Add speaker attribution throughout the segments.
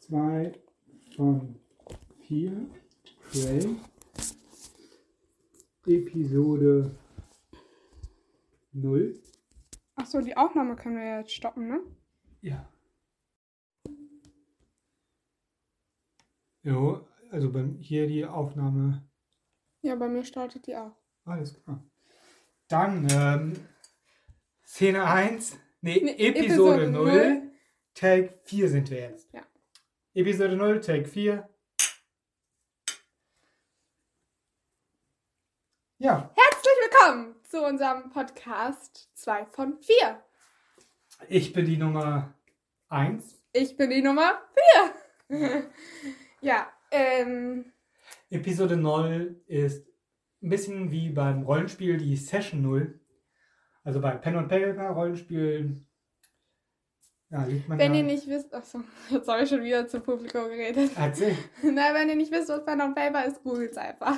Speaker 1: zwei von vier Cray. Episode 0.
Speaker 2: Achso, die Aufnahme können wir jetzt stoppen, ne?
Speaker 1: Ja. Jo, also beim, hier die Aufnahme.
Speaker 2: Ja, bei mir startet die auch.
Speaker 1: Alles klar. Dann ähm, Szene 1, nee,
Speaker 2: Nee,
Speaker 1: Episode, 0,
Speaker 2: Episode null.
Speaker 1: Take 4 sind wir jetzt.
Speaker 2: Ja.
Speaker 1: Episode 0, Take 4. Ja,
Speaker 2: Herzlich willkommen zu unserem Podcast 2 von 4.
Speaker 1: ich bin die Nummer 1.
Speaker 2: Ich bin die Nummer 4. ja, ähm,
Speaker 1: Episode 0 ist ein bisschen wie beim Rollenspiel die Session 0. Also bei Pen und Paper Rollenspiel. Ja, liegt man
Speaker 2: wenn
Speaker 1: da-
Speaker 2: ihr nicht wisst, achso, jetzt habe ich schon wieder zum Publikum geredet.
Speaker 1: Erzähl.
Speaker 2: Na, wenn ihr nicht wisst, was Pen und Paper ist, googelt's einfach.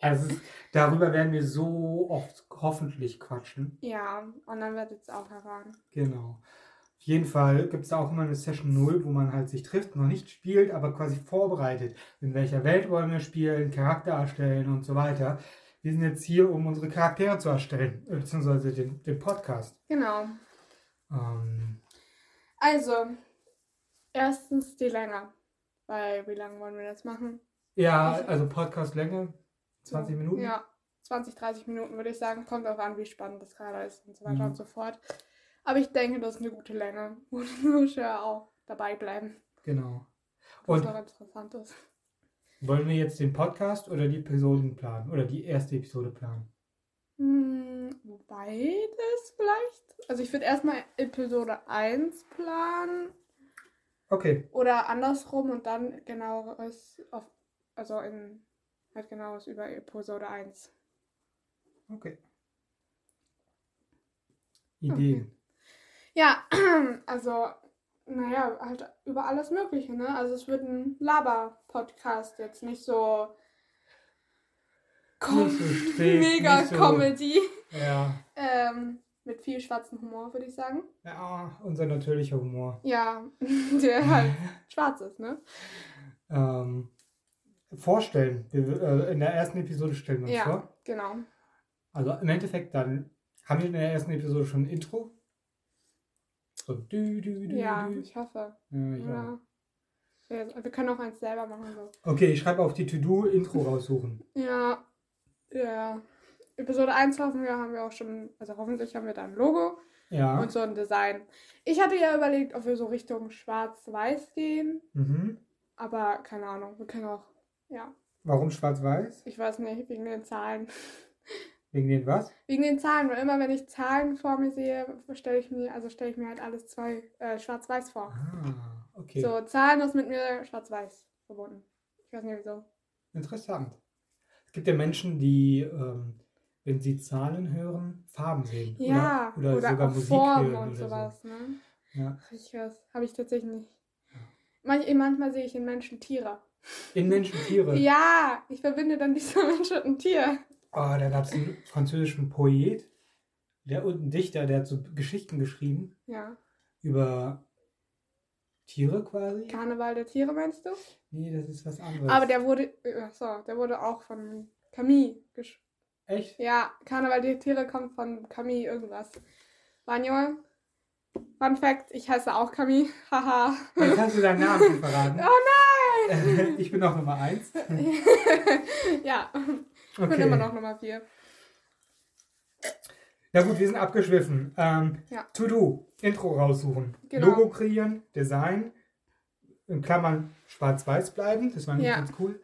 Speaker 1: Also, es ist- darüber werden wir so oft hoffentlich quatschen.
Speaker 2: Ja, und dann wird es auch erfahren.
Speaker 1: Genau. Auf jeden Fall gibt es da auch immer eine Session 0, wo man halt sich trifft, noch nicht spielt, aber quasi vorbereitet. In welcher Welt wollen wir spielen, Charakter erstellen und so weiter. Wir sind jetzt hier, um unsere Charaktere zu erstellen, äh, beziehungsweise den, den Podcast.
Speaker 2: Genau.
Speaker 1: Ähm,
Speaker 2: Also, erstens die Länge. Weil, wie lange wollen wir das machen?
Speaker 1: ja, also Podcastlänge, 20 Minuten.
Speaker 2: Oh, Ja, 20, 30 Minuten würde ich sagen. Kommt auch an, wie spannend das gerade ist und so weiter
Speaker 1: Mhm.
Speaker 2: und so fort. Aber ich denke, das ist eine gute Länge, wo die Zuschauer auch dabei bleiben.
Speaker 1: Genau.
Speaker 2: Was
Speaker 1: Und
Speaker 2: noch interessant ist.
Speaker 1: wollen wir jetzt den Podcast oder die Episoden planen? Oder die erste Episode planen?
Speaker 2: Hm, beides vielleicht? Also ich würde erstmal Episode 1 planen
Speaker 1: Okay,
Speaker 2: oder andersrum und dann genaueres auf, also in halt genaueres über Episode 1.
Speaker 1: okay. Ideen.
Speaker 2: Ja, also, naja, halt über alles Mögliche, ne? Also es wird ein Laber-Podcast jetzt, nicht so, kom
Speaker 1: Nicht so streng,
Speaker 2: mega
Speaker 1: nicht so-
Speaker 2: Comedy.
Speaker 1: Ja.
Speaker 2: Ähm, mit viel schwarzen Humor, würde ich sagen.
Speaker 1: ja, unser natürlicher Humor.
Speaker 2: Ja, der halt schwarz ist, ne?
Speaker 1: Ähm, vorstellen. Wir, äh, in der ersten Episode stellen wir uns
Speaker 2: Ja.
Speaker 1: vor.
Speaker 2: Genau.
Speaker 1: Also im Endeffekt dann haben wir in der ersten Episode schon ein Intro. So dü, dü, dü,
Speaker 2: Ja,
Speaker 1: dü.
Speaker 2: ich hoffe.
Speaker 1: Ja, ich auch.
Speaker 2: Ja. also, Wir wir können auch eins selber machen, so.
Speaker 1: Okay, ich schreibe auf die To-Do Intro raussuchen.
Speaker 2: Ja, ja. Episode 1 hoffen wir, haben wir auch schon, also hoffentlich haben wir da ein Logo.
Speaker 1: Ja.
Speaker 2: und so ein Design. Ich hatte ja überlegt, ob wir so Richtung Schwarz-Weiß gehen,
Speaker 1: Mhm.
Speaker 2: aber keine Ahnung, wir können auch, ja,
Speaker 1: Warum schwarz-weiß?
Speaker 2: ich weiß nicht, wegen den Zahlen.
Speaker 1: Wegen den was?
Speaker 2: Wegen den Zahlen, weil immer wenn ich Zahlen vor mir sehe, stelle ich mir, also stelle ich mir halt alles zwei äh, Schwarz-Weiß vor.
Speaker 1: Ah, okay.
Speaker 2: So, Zahlen ist mit mir Schwarz-Weiß verbunden. Ich weiß nicht wieso.
Speaker 1: Interessant. Es gibt ja Menschen, die, ähm, wenn sie Zahlen hören, Farben sehen.
Speaker 2: Ja,
Speaker 1: oder, oder, sogar
Speaker 2: auch
Speaker 1: Musik
Speaker 2: Formen
Speaker 1: hören
Speaker 2: und
Speaker 1: oder
Speaker 2: sowas, ne?
Speaker 1: So. Ja.
Speaker 2: Ich weiß, habe ich tatsächlich nicht. Manch, eh, manchmal sehe ich in Menschen Tiere.
Speaker 1: In Menschen Tiere.
Speaker 2: Ja, ich verbinde dann dieser Mensch mit einem Tier.
Speaker 1: Oh, da gab es einen französischen Poet, der und einen Dichter, der hat so Geschichten geschrieben
Speaker 2: Ja.
Speaker 1: über Tiere quasi.
Speaker 2: Karneval der Tiere meinst du?
Speaker 1: Nee, das ist was anderes.
Speaker 2: Aber der wurde, äh, so, der wurde auch von Camille gesch
Speaker 1: Echt?
Speaker 2: Ja, Karneval der Tiere kommt von Camille irgendwas. War ein Junge. Fun Fact, ich heiße auch Camille. Haha.
Speaker 1: Jetzt hast du deinen Namen schon verraten.
Speaker 2: oh
Speaker 1: nein! Ich bin auch Nummer eins. Okay.
Speaker 2: nein! ja, ich bin immer noch Nummer 4.
Speaker 1: Na gut, wir sind abgeschwiffen. Ähm,
Speaker 2: Ja.
Speaker 1: To-Do, Intro raussuchen,
Speaker 2: Genau.
Speaker 1: Logo kreieren, Design, in Klammern schwarz-weiß bleiben, das war nicht
Speaker 2: Ja.
Speaker 1: ganz cool.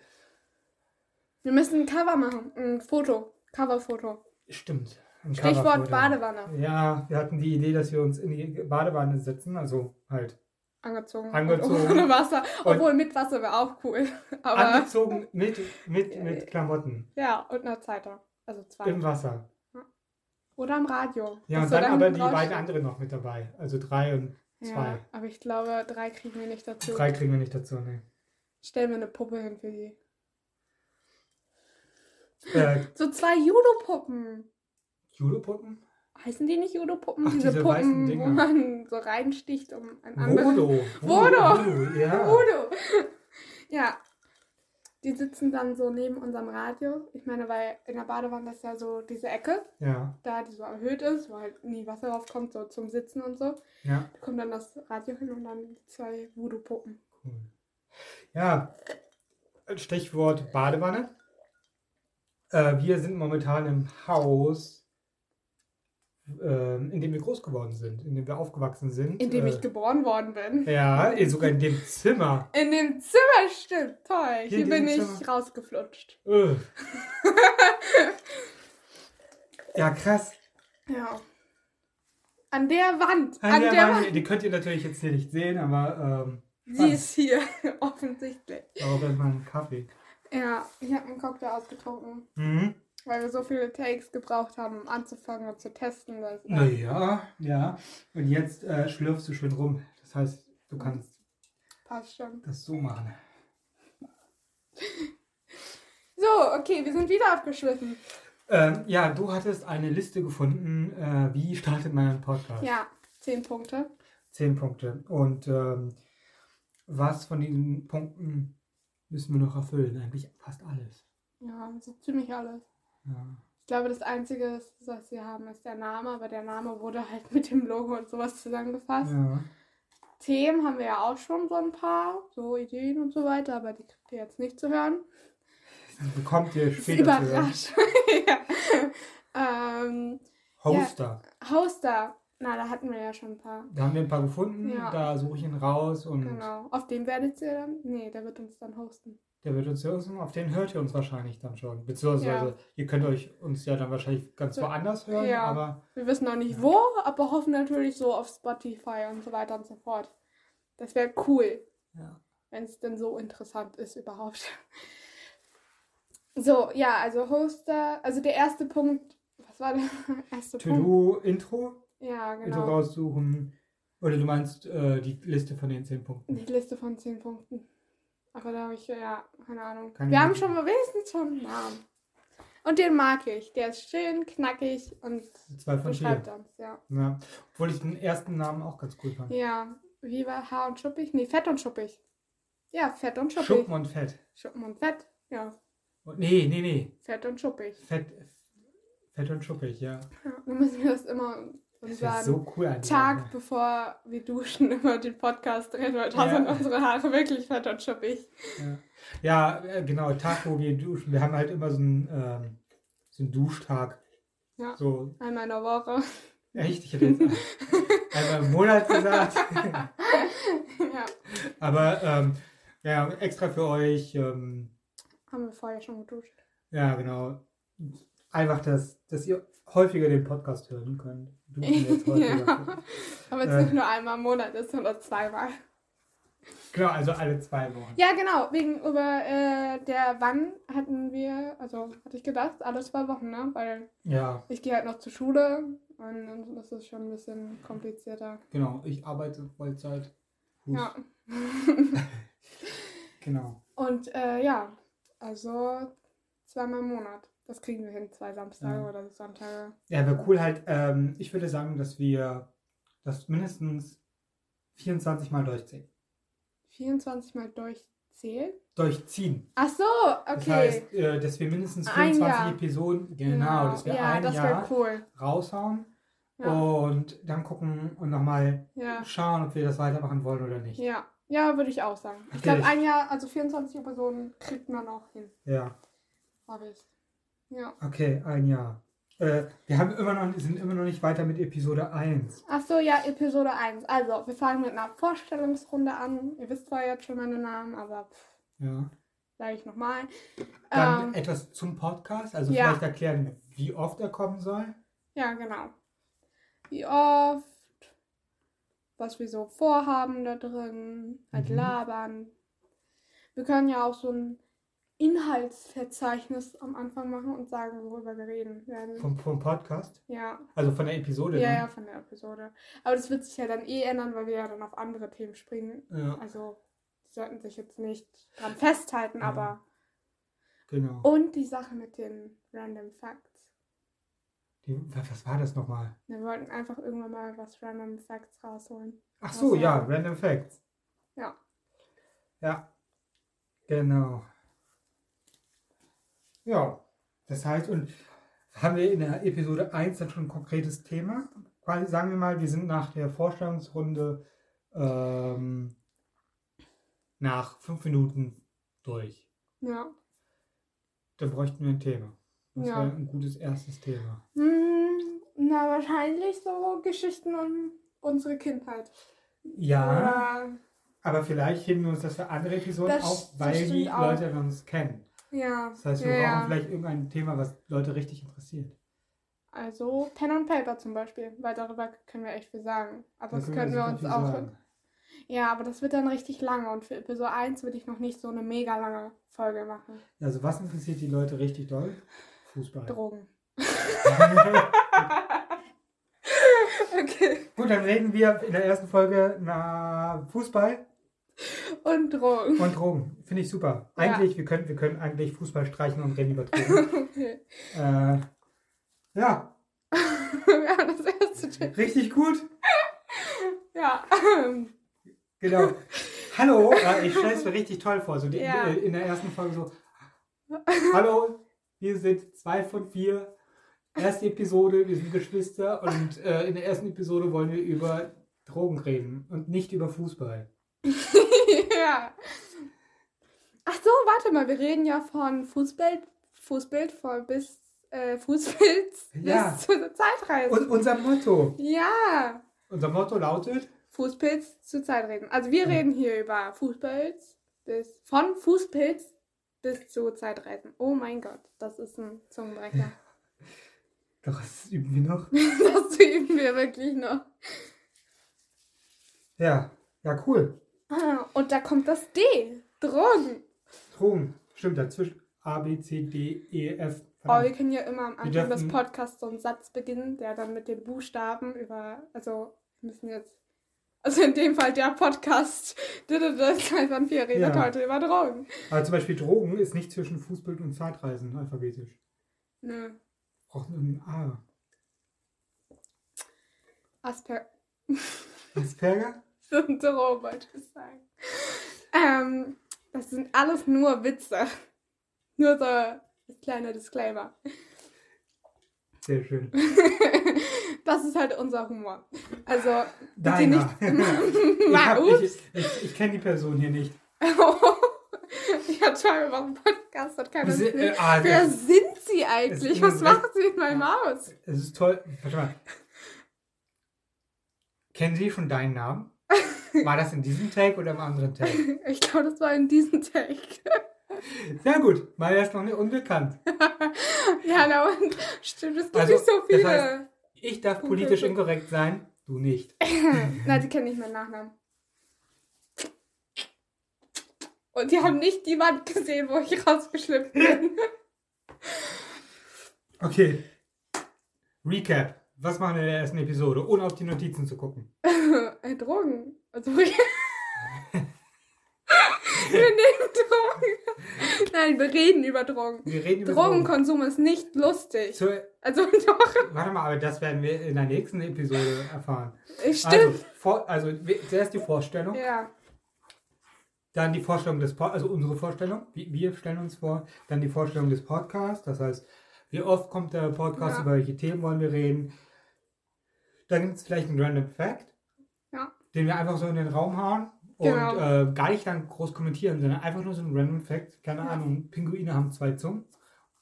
Speaker 2: Wir müssen ein Cover machen. Ein Foto. Coverfoto.
Speaker 1: Stimmt. Ein
Speaker 2: Stichwort
Speaker 1: Coverfoto.
Speaker 2: Badewanne.
Speaker 1: Ja, wir hatten die Idee, dass wir uns in die Badewanne setzen, also halt
Speaker 2: Angezogen.
Speaker 1: Angezogen.
Speaker 2: Und ohne Wasser.
Speaker 1: Und-
Speaker 2: Obwohl mit Wasser wäre auch cool. Aber Äh,
Speaker 1: angezogen mit, mit, mit Klamotten
Speaker 2: ja, und einer Zeitung. Also zwei.
Speaker 1: im Wasser.
Speaker 2: Oder am Radio.
Speaker 1: Ja,
Speaker 2: Dass
Speaker 1: und
Speaker 2: du
Speaker 1: dann aber die
Speaker 2: draufstehst.
Speaker 1: beiden anderen noch mit dabei. Also drei und
Speaker 2: Ja,
Speaker 1: Zwei.
Speaker 2: aber ich glaube, drei kriegen wir nicht dazu.
Speaker 1: drei kriegen wir nicht dazu. ne. Nee.
Speaker 2: Stellen wir eine Puppe hin für die.
Speaker 1: Äh,
Speaker 2: So zwei Judo-Puppen.
Speaker 1: Judo-Puppen?
Speaker 2: Heißen die nicht Jodo-Puppen?
Speaker 1: Ach,
Speaker 2: diese,
Speaker 1: diese weißen
Speaker 2: Puppen,
Speaker 1: Dinger.
Speaker 2: wo man so reinsticht, um ein anderes.
Speaker 1: Voodoo.
Speaker 2: Voodoo.
Speaker 1: Voodoo, Ja.
Speaker 2: Voodoo. ja. Die sitzen dann so neben unserem Radio. Ich meine, weil in der Badewanne ist ja so diese Ecke,
Speaker 1: ja.
Speaker 2: da die so erhöht ist, weil nie Wasser rauskommt, so zum Sitzen und so.
Speaker 1: Ja.
Speaker 2: Da kommt dann das Radio hin und dann die zwei Voodoo-Puppen.
Speaker 1: Cool. Ja. Stichwort Badewanne. Äh, wir sind momentan im Haus, ähm, in dem wir groß geworden sind, in dem wir aufgewachsen sind.
Speaker 2: In dem
Speaker 1: äh,
Speaker 2: ich geboren worden bin.
Speaker 1: Ja, eh, sogar in dem Zimmer.
Speaker 2: In dem Zimmer, stimmt. Toll.
Speaker 1: Hier
Speaker 2: Hier,
Speaker 1: in
Speaker 2: bin ich
Speaker 1: diesem Zimmer.
Speaker 2: rausgeflutscht.
Speaker 1: Ugh. ja, krass.
Speaker 2: Ja. An der Wand.
Speaker 1: An der Wand, die könnt ihr natürlich jetzt hier nicht sehen, aber ähm,
Speaker 2: Sie ist hier, offensichtlich.
Speaker 1: darauf ist mal einen Kaffee.
Speaker 2: Ja, ich habe einen Cocktail ausgetrunken,
Speaker 1: Mhm.
Speaker 2: weil wir so viele Takes gebraucht haben, um anzufangen und zu testen. Dass,
Speaker 1: Naja, ja. Und jetzt äh, schlürfst du schön rum. Das heißt, du kannst
Speaker 2: Passt schon.
Speaker 1: das so machen.
Speaker 2: So, okay, wir sind wieder abgeschwiffen.
Speaker 1: Ähm, ja, du hattest eine Liste gefunden, äh, wie startet man einen Podcast?
Speaker 2: Ja, zehn Punkte.
Speaker 1: Zehn Punkte. Und ähm, was von diesen Punkten müssen wir noch erfüllen? Eigentlich fast alles.
Speaker 2: Ja, so ziemlich alles.
Speaker 1: Ja.
Speaker 2: Ich glaube, das Einzige, was wir haben, ist der Name, aber der Name wurde halt mit dem Logo und sowas zusammengefasst.
Speaker 1: ja.
Speaker 2: Themen haben wir ja auch schon so ein paar, so Ideen und so weiter, aber die kriegt ihr jetzt nicht zu hören.
Speaker 1: Das bekommt ihr
Speaker 2: Das
Speaker 1: Also später zu hören.
Speaker 2: überrascht. ja. ähm,
Speaker 1: Hoster.
Speaker 2: Hoster, na, da hatten wir ja schon ein paar.
Speaker 1: Da haben wir ein paar gefunden,
Speaker 2: Ja.
Speaker 1: da suche ich ihn raus und
Speaker 2: Genau. Auf dem werdet ihr dann. Nee, der wird uns dann hosten.
Speaker 1: der wird uns hören. Auf den hört ihr uns wahrscheinlich dann schon. Beziehungsweise ihr könnt euch uns ja dann wahrscheinlich ganz
Speaker 2: So-
Speaker 1: woanders hören,
Speaker 2: Ja.
Speaker 1: aber
Speaker 2: Wir wissen noch nicht wo, aber hoffen natürlich so auf Spotify und so weiter und so fort. Das wäre cool,
Speaker 1: ja.
Speaker 2: wenn es denn so interessant ist überhaupt. So, ja, also Hoster, also der erste Punkt, was war der erste Punkt?
Speaker 1: To-Do, Intro,
Speaker 2: Ja,
Speaker 1: Intro
Speaker 2: genau.
Speaker 1: raussuchen. Oder du meinst äh, die Liste von den zehn Punkten.
Speaker 2: Die Liste von 10 Punkten. Aber da habe ich, ja, keine Ahnung.
Speaker 1: Keine
Speaker 2: Wir haben
Speaker 1: Ahnung.
Speaker 2: schon mal wenigstens schon einen Namen. Und den mag ich. Der ist schön, knackig und
Speaker 1: Zwei von vier.
Speaker 2: beschreibt uns, ja.
Speaker 1: Ja. Obwohl ich den ersten Namen auch ganz cool fand.
Speaker 2: Ja, wie war Haar und Schuppig? Nee, Fett und Schuppig. Ja, Fett und Schuppig.
Speaker 1: Schuppen und Fett.
Speaker 2: Schuppen und Fett. Ja,
Speaker 1: Und, nee, nee, nee.
Speaker 2: Fett und Schuppig.
Speaker 1: Fett, Fett und schuppig, ja.
Speaker 2: Ja, dann müssen wir das immer
Speaker 1: Das wäre
Speaker 2: unseren
Speaker 1: so cool eigentlich.
Speaker 2: Tag, bevor wir duschen, immer den Podcast drehen, weil da
Speaker 1: Ja.
Speaker 2: sind unsere Haare wirklich fett und schuppig.
Speaker 1: Ja, ja äh, genau, Tag, wo wir duschen. Wir haben halt immer so einen, ähm, so einen Duschtag.
Speaker 2: Ja.
Speaker 1: So,
Speaker 2: Einmal in der Woche.
Speaker 1: echt, ich hätte jetzt einmal im Monat gesagt.
Speaker 2: ja,
Speaker 1: Aber ähm, ja, extra für euch, ähm,
Speaker 2: haben wir vorher schon geduscht.
Speaker 1: ja genau, einfach, dass, dass ihr häufiger den Podcast hören könnt. Duschen jetzt häufiger.
Speaker 2: Ja. Aber es
Speaker 1: Äh.
Speaker 2: nicht nur einmal im Monat ist, sondern zweimal.
Speaker 1: Genau, also alle zwei Wochen.
Speaker 2: Ja, genau. Wegen über äh, der Wann hatten wir, also hatte ich gedacht, alle zwei Wochen, ne? Weil
Speaker 1: Ja,
Speaker 2: Ich gehe halt noch zur Schule und dann ist es schon ein bisschen komplizierter.
Speaker 1: genau, ich arbeite Vollzeit. Fuß.
Speaker 2: Ja.
Speaker 1: Genau.
Speaker 2: Und äh, ja, also zweimal im Monat. Das kriegen wir hin, zwei Samstage
Speaker 1: Ja.
Speaker 2: oder Sonntage.
Speaker 1: Ja, wäre cool halt, ähm, ich würde sagen, dass wir das mindestens 24 Mal durchziehen.
Speaker 2: 24 mal durchzählen.
Speaker 1: durchziehen.
Speaker 2: Ach so, okay.
Speaker 1: Das heißt, äh, dass wir mindestens
Speaker 2: Ein
Speaker 1: 24
Speaker 2: Jahr.
Speaker 1: Episoden, genau, dass wir
Speaker 2: ja,
Speaker 1: ein
Speaker 2: das wäre
Speaker 1: Jahr
Speaker 2: cool.
Speaker 1: raushauen
Speaker 2: Ja,
Speaker 1: und dann gucken und nochmal
Speaker 2: ja,
Speaker 1: schauen, ob wir das weitermachen wollen oder nicht.
Speaker 2: ja. Ja, würde ich auch sagen. Ich
Speaker 1: Okay.
Speaker 2: glaube, ein Jahr, also 24 Personen kriegt man auch hin,
Speaker 1: Ja,
Speaker 2: glaube ich. Ja.
Speaker 1: okay, ein Jahr. Äh, wir haben immer noch, sind immer noch nicht weiter mit Episode 1.
Speaker 2: Ach so, ja, Episode 1. Also, wir fangen mit einer Vorstellungsrunde an. Ihr wisst zwar jetzt schon meine Namen, aber pff,
Speaker 1: Ja.
Speaker 2: sage ich nochmal.
Speaker 1: Dann äh,
Speaker 2: Ähm,
Speaker 1: etwas zum Podcast, also
Speaker 2: ja.
Speaker 1: vielleicht erklären, wie oft er kommen soll.
Speaker 2: ja, genau. Wie oft, was wir so vorhaben da drin, halt
Speaker 1: Mhm.
Speaker 2: labern. Wir können ja auch so ein Inhaltsverzeichnis am Anfang machen und sagen, worüber wir reden werden.
Speaker 1: Vom, vom Podcast,
Speaker 2: Ja,
Speaker 1: also von der Episode.
Speaker 2: ja,
Speaker 1: ne?
Speaker 2: ja, von der Episode. Aber das wird sich ja dann eh ändern, weil wir ja dann auf andere Themen springen.
Speaker 1: ja.
Speaker 2: Also, die sollten sich jetzt nicht dran festhalten,
Speaker 1: Ja.
Speaker 2: aber.
Speaker 1: Genau.
Speaker 2: Oh. Und die Sache mit den Random Facts.
Speaker 1: Die, was war das nochmal?
Speaker 2: Wir wollten einfach irgendwann mal was Random Facts rausholen.
Speaker 1: Ach so,
Speaker 2: Also-
Speaker 1: ja, Random Facts.
Speaker 2: Ja.
Speaker 1: Ja. Genau. Ja, das heißt, und haben wir in der Episode 1 dann schon ein konkretes Thema? Quasi, Sagen wir mal, wir sind nach der Vorstellungsrunde ähm, nach fünf Minuten durch.
Speaker 2: Ja.
Speaker 1: Dann bräuchten wir ein Thema. Das
Speaker 2: Ja.
Speaker 1: wäre ein gutes erstes Thema.
Speaker 2: Hm, na, wahrscheinlich so Geschichten um unsere Kindheit.
Speaker 1: Ja,
Speaker 2: Oder-
Speaker 1: aber vielleicht heben wir uns das für andere Episoden
Speaker 2: Das-
Speaker 1: auf,
Speaker 2: das
Speaker 1: weil die
Speaker 2: stimmt auch.
Speaker 1: Leute uns kennen.
Speaker 2: Ja.
Speaker 1: Das heißt, wir
Speaker 2: ja,
Speaker 1: brauchen
Speaker 2: ja.
Speaker 1: vielleicht irgendein Thema, was Leute richtig interessiert.
Speaker 2: Also Pen und Paper zum Beispiel, weil darüber können wir echt viel sagen. Aber
Speaker 1: Da
Speaker 2: das
Speaker 1: können
Speaker 2: können wir
Speaker 1: super
Speaker 2: uns
Speaker 1: viel
Speaker 2: auch.
Speaker 1: sagen.
Speaker 2: Ja, aber das wird dann richtig lange und für Episode 1 würde ich noch nicht so eine mega lange Folge machen.
Speaker 1: Also, was interessiert die Leute richtig doll? Fußball.
Speaker 2: Drogen. Okay.
Speaker 1: Gut, dann reden wir in der ersten Folge na, Fußball
Speaker 2: Und Drogen.
Speaker 1: und Drogen. Finde ich super.
Speaker 2: Ja.
Speaker 1: Eigentlich, wir, können, wir können eigentlich Fußball streichen und reden über Drogen.
Speaker 2: Okay.
Speaker 1: äh, ja,
Speaker 2: Wir haben das erste Thema.
Speaker 1: richtig gut.
Speaker 2: Ja.
Speaker 1: Genau. Hallo, ja, ich stelle es mir richtig toll vor. So die,
Speaker 2: Ja.
Speaker 1: äh, In der ersten Folge so: Hallo, wir sind zwei von vier. Erste Episode, wir sind Geschwister und äh, in der ersten Episode wollen wir über Drogen reden und nicht über Fußball.
Speaker 2: ja. Ach so, warte mal, wir reden ja von Fußbild, Fußbild von bis äh, Fußbild
Speaker 1: Ja.
Speaker 2: bis zur Zeitreise.
Speaker 1: Und unser Motto.
Speaker 2: ja.
Speaker 1: Unser Motto lautet:
Speaker 2: Fußpilz zur Zeit reden. Also wir
Speaker 1: Mhm.
Speaker 2: reden hier über Fußpilz bis von Fußpilz bis zu Zeitreisen. Oh mein Gott, das ist ein Zungenbrecher.
Speaker 1: Doch, das üben wir noch.
Speaker 2: Das üben wir wirklich noch.
Speaker 1: Ja, ja, cool.
Speaker 2: Ah, und da kommt das D. Drogen.
Speaker 1: Drogen. Stimmt, dazwischen. A, B, C, D, E, F.
Speaker 2: Aber Oh, wir können ja immer am Anfang des
Speaker 1: dürfen-
Speaker 2: Podcasts so einen Satz beginnen, der dann mit den Buchstaben über, also wir müssen jetzt, also in dem Fall der Podcast, das heißt, an vier redet
Speaker 1: Ja.
Speaker 2: heute über Drogen.
Speaker 1: Aber zum Beispiel Drogen ist nicht zwischen Fußball und Zeitreisen alphabetisch.
Speaker 2: Nö.
Speaker 1: Braucht ein A.
Speaker 2: Asper
Speaker 1: Asperger?
Speaker 2: Syndrom, wollte ich sagen. Ähm, das sind alles nur Witze. Nur so ein kleiner Disclaimer.
Speaker 1: Sehr schön.
Speaker 2: Das ist halt unser Humor. Also,
Speaker 1: Deiner. ich hab-
Speaker 2: Ups.
Speaker 1: ich, ich, ich kenne die Person hier nicht.
Speaker 2: ja toll, wir machen einen Podcast und keiner
Speaker 1: Das ist,
Speaker 2: sieht
Speaker 1: äh,
Speaker 2: nicht.
Speaker 1: ah,
Speaker 2: Wer
Speaker 1: das,
Speaker 2: sind sie eigentlich?
Speaker 1: ist
Speaker 2: Was
Speaker 1: immer-
Speaker 2: macht sie mit meinem Haus?
Speaker 1: das ist toll. Warte mal. Kennen Sie schon deinen Namen? War das in diesem Take oder im anderen Take?
Speaker 2: Ich glaube, das war in diesem Take.
Speaker 1: Sehr gut. Meiner ist noch nicht unbekannt.
Speaker 2: Ja, na und stimmt, es gibt
Speaker 1: Also,
Speaker 2: nicht so
Speaker 1: das
Speaker 2: viele.
Speaker 1: heißt- Ich darf politisch inkorrekt sein, du nicht.
Speaker 2: Na, die kennen nicht meinen Nachnamen. Und die haben nicht die Wand gesehen, wo ich rausgeschlüpft bin.
Speaker 1: Okay. Recap. Was machen wir in der ersten Episode, ohne auf die Notizen zu gucken?
Speaker 2: Äh, Drogen. Also, wir wir nehmen Drogen. Nein, wir reden über Drogen.
Speaker 1: Wir reden über
Speaker 2: Drogenkonsum ist nicht lustig.
Speaker 1: Zur,
Speaker 2: Also doch,
Speaker 1: warte mal, aber das werden wir in der nächsten Episode erfahren.
Speaker 2: es stimmt.
Speaker 1: Also, vor, also wir- zuerst die Vorstellung,
Speaker 2: ja,
Speaker 1: dann die Vorstellung des Pod, also unsere Vorstellung. Wir, wir stellen uns vor, dann die Vorstellung des Podcasts. Das heißt, wie oft kommt der Podcast,
Speaker 2: Ja.
Speaker 1: über welche Themen wollen wir reden. Dann gibt es vielleicht einen Random Fact,
Speaker 2: Ja.
Speaker 1: den wir einfach so in den Raum hauen und
Speaker 2: Genau.
Speaker 1: äh, gar nicht dann groß kommentieren, sondern einfach nur so einen Random Fact. Keine
Speaker 2: Ja.
Speaker 1: Ahnung, Pinguine haben zwei Zungen.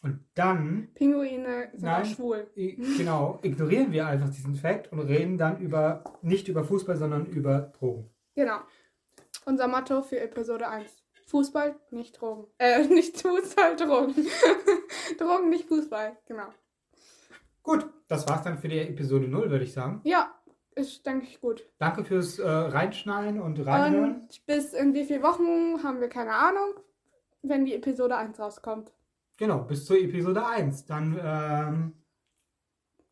Speaker 1: Und dann,
Speaker 2: Pinguine sind
Speaker 1: Nein.
Speaker 2: auch schwul.
Speaker 1: i- genau, ignorieren wir einfach diesen Fact und reden dann über, nicht über Fußball, sondern über Drogen.
Speaker 2: Genau. Unser Motto für Episode 1. Fußball, nicht Drogen. Äh, nicht Fußball, Drogen. Drogen, nicht Fußball. Genau.
Speaker 1: Gut, das war's dann für die Episode 0, würde ich sagen.
Speaker 2: Ja, ist, denke ich, gut.
Speaker 1: Danke fürs äh, Reinschneiden und Reinhören.
Speaker 2: Und bis in wie vielen Wochen haben wir keine Ahnung, wenn die Episode 1 rauskommt.
Speaker 1: Genau, bis zur Episode 1. Dann ähm,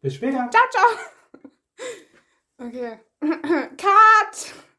Speaker 1: bis später.
Speaker 2: Ciao, ciao! Okay. Cut!